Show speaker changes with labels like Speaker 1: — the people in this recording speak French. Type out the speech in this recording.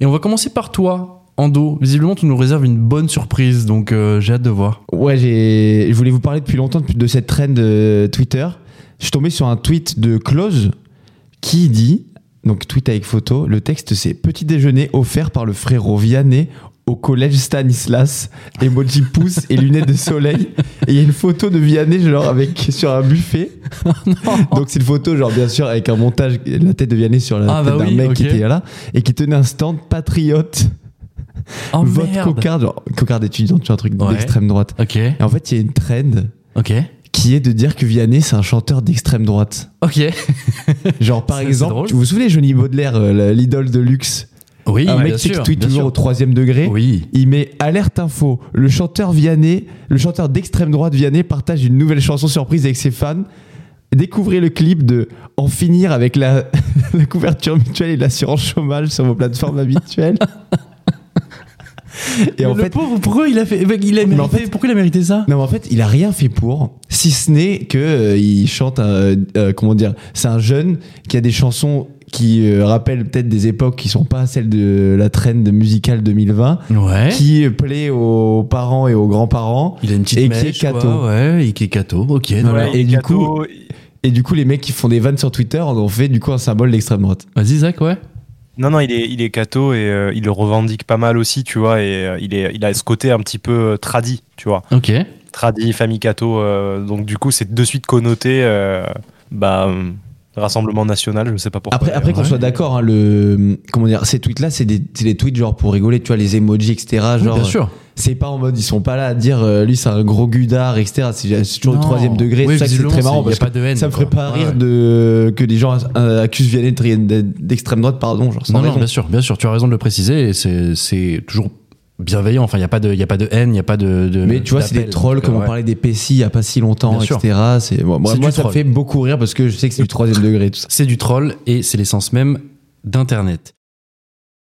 Speaker 1: Et on va commencer par toi, Ando. Visiblement, tu nous réserves une bonne surprise, donc euh, j'ai hâte de voir.
Speaker 2: Ouais, j'ai- je voulais vous parler depuis longtemps de de cette trend euh, Twitter. Je suis tombé sur un tweet de Close qui dit, donc tweet avec photo, le texte c'est Petit déjeuner offert par le frérot Vianney au collège Stanislas, emoji pouce et lunettes de soleil. Et il y a une photo de Vianney genre avec, sur un buffet. Donc c'est une photo genre bien sûr avec un montage, la tête de Vianney sur la
Speaker 1: Ah,
Speaker 2: tête
Speaker 1: bah
Speaker 2: d'un
Speaker 1: oui,
Speaker 2: mec qui
Speaker 1: ok.
Speaker 2: était là et qui tenait un stand patriote.
Speaker 1: Oh
Speaker 2: vote
Speaker 1: merde
Speaker 2: cocarde, genre, cocarde étudiante, tu vois, un truc
Speaker 1: Ouais.
Speaker 2: d'extrême droite.
Speaker 1: Ok,
Speaker 2: Et en fait, il y a une trend
Speaker 1: ok,
Speaker 2: qui est de dire que Vianney, c'est un chanteur d'extrême droite.
Speaker 1: ok.
Speaker 2: Genre, par
Speaker 1: C'est- c'est drôle.
Speaker 2: exemple, vous vous souvenez Johnny Baudelaire, euh, la- l'idole de luxe
Speaker 1: Oui,
Speaker 2: Un mec
Speaker 1: Ah, bien
Speaker 2: tu sais, qui
Speaker 1: sûr,
Speaker 2: tweet
Speaker 1: bien
Speaker 2: toujours
Speaker 1: sûr.
Speaker 2: au troisième degré.
Speaker 1: Oui.
Speaker 2: Il met alerte info. Le chanteur Vianney, le chanteur d'extrême droite Vianney partage une nouvelle chanson surprise avec ses fans. Découvrez le clip de En finir avec la, la couverture mutuelle et l'assurance chômage sur vos plateformes habituelles. et
Speaker 1: Mais
Speaker 2: en
Speaker 1: le
Speaker 2: fait,
Speaker 1: pauvre, pourquoi il a fait, il a
Speaker 2: Mais
Speaker 1: mérité,
Speaker 2: en fait-
Speaker 1: pourquoi il a mérité ça
Speaker 2: Non, mais en fait, il a rien fait pour, si ce n'est que euh, il chante, un- euh, comment dire, c'est un jeune qui a des chansons qui euh, rappellent peut-être des époques qui sont pas celles de la trend musicale 2020,
Speaker 1: Ouais.
Speaker 2: qui euh, plaît aux parents et aux grands-parents.
Speaker 1: Il a une petite
Speaker 2: Et qui est
Speaker 1: mèche,
Speaker 2: cato.
Speaker 1: quoi, ouais, et qui est cato, ok. non,
Speaker 2: Voilà.
Speaker 1: mais-
Speaker 2: et du coup-
Speaker 3: Cato,
Speaker 2: Et du coup, les mecs qui font des vannes sur Twitter en ont fait du coup un symbole d'extrême droite.
Speaker 1: Vas-y, Zach, ouais.
Speaker 3: Non, non, il est, il est cato et euh, il le revendique pas mal aussi, tu vois. Et euh, il, est, il a ce côté un petit peu euh, tradi, tu vois.
Speaker 1: Ok.
Speaker 2: Ah,
Speaker 3: Tradi, famille cato. euh, donc, du coup, c'est de suite connoté euh, bah, euh, Rassemblement national, je sais pas pourquoi.
Speaker 2: Après, après qu'on
Speaker 1: bah, ouais.
Speaker 2: soit d'accord, hein, le comment dire, ces tweets là, c'est des, c'est des tweets genre pour rigoler, tu vois, les emojis, etc.
Speaker 1: Oui,
Speaker 2: Genre, euh,
Speaker 1: bien sûr.
Speaker 2: c'est pas en mode ils sont pas là à dire euh, lui c'est un gros gudard, etc. C'est c'est toujours
Speaker 1: Non.
Speaker 2: le troisième degré.
Speaker 1: Oui,
Speaker 2: c'est ça que c'est
Speaker 1: visiblement,
Speaker 2: très
Speaker 1: c'est-
Speaker 2: marrant.
Speaker 1: y a
Speaker 2: parce
Speaker 1: pas
Speaker 2: que
Speaker 1: de haine,
Speaker 2: Ça me ferait
Speaker 1: quoi.
Speaker 2: pas
Speaker 1: Ouais,
Speaker 2: rire
Speaker 1: ouais.
Speaker 2: de que des gens euh, accusent Vianney d'être d'extrême droite, pardon, genre sans
Speaker 1: Non, non,
Speaker 2: raison.
Speaker 1: bien sûr, bien sûr, tu as raison de le préciser, et c'est- c'est toujours bienveillant, enfin, il n'y a, pas de- y a pas de haine, il n'y a pas de... de-
Speaker 2: mais tu vois, c'est
Speaker 1: d'appel,
Speaker 2: des trolls,
Speaker 1: en tout
Speaker 2: comme
Speaker 1: cas,
Speaker 2: on
Speaker 1: euh, ouais.
Speaker 2: parlait des PC il y a pas si longtemps,
Speaker 1: Bien sûr.
Speaker 2: etc. C'est moi, moi,
Speaker 1: C'est
Speaker 2: moi,
Speaker 1: du
Speaker 2: ça me
Speaker 1: troll.
Speaker 2: fait beaucoup rire parce que je sais que c'est du troisième degré tout ça.
Speaker 1: C'est du troll, et c'est l'essence même d'Internet.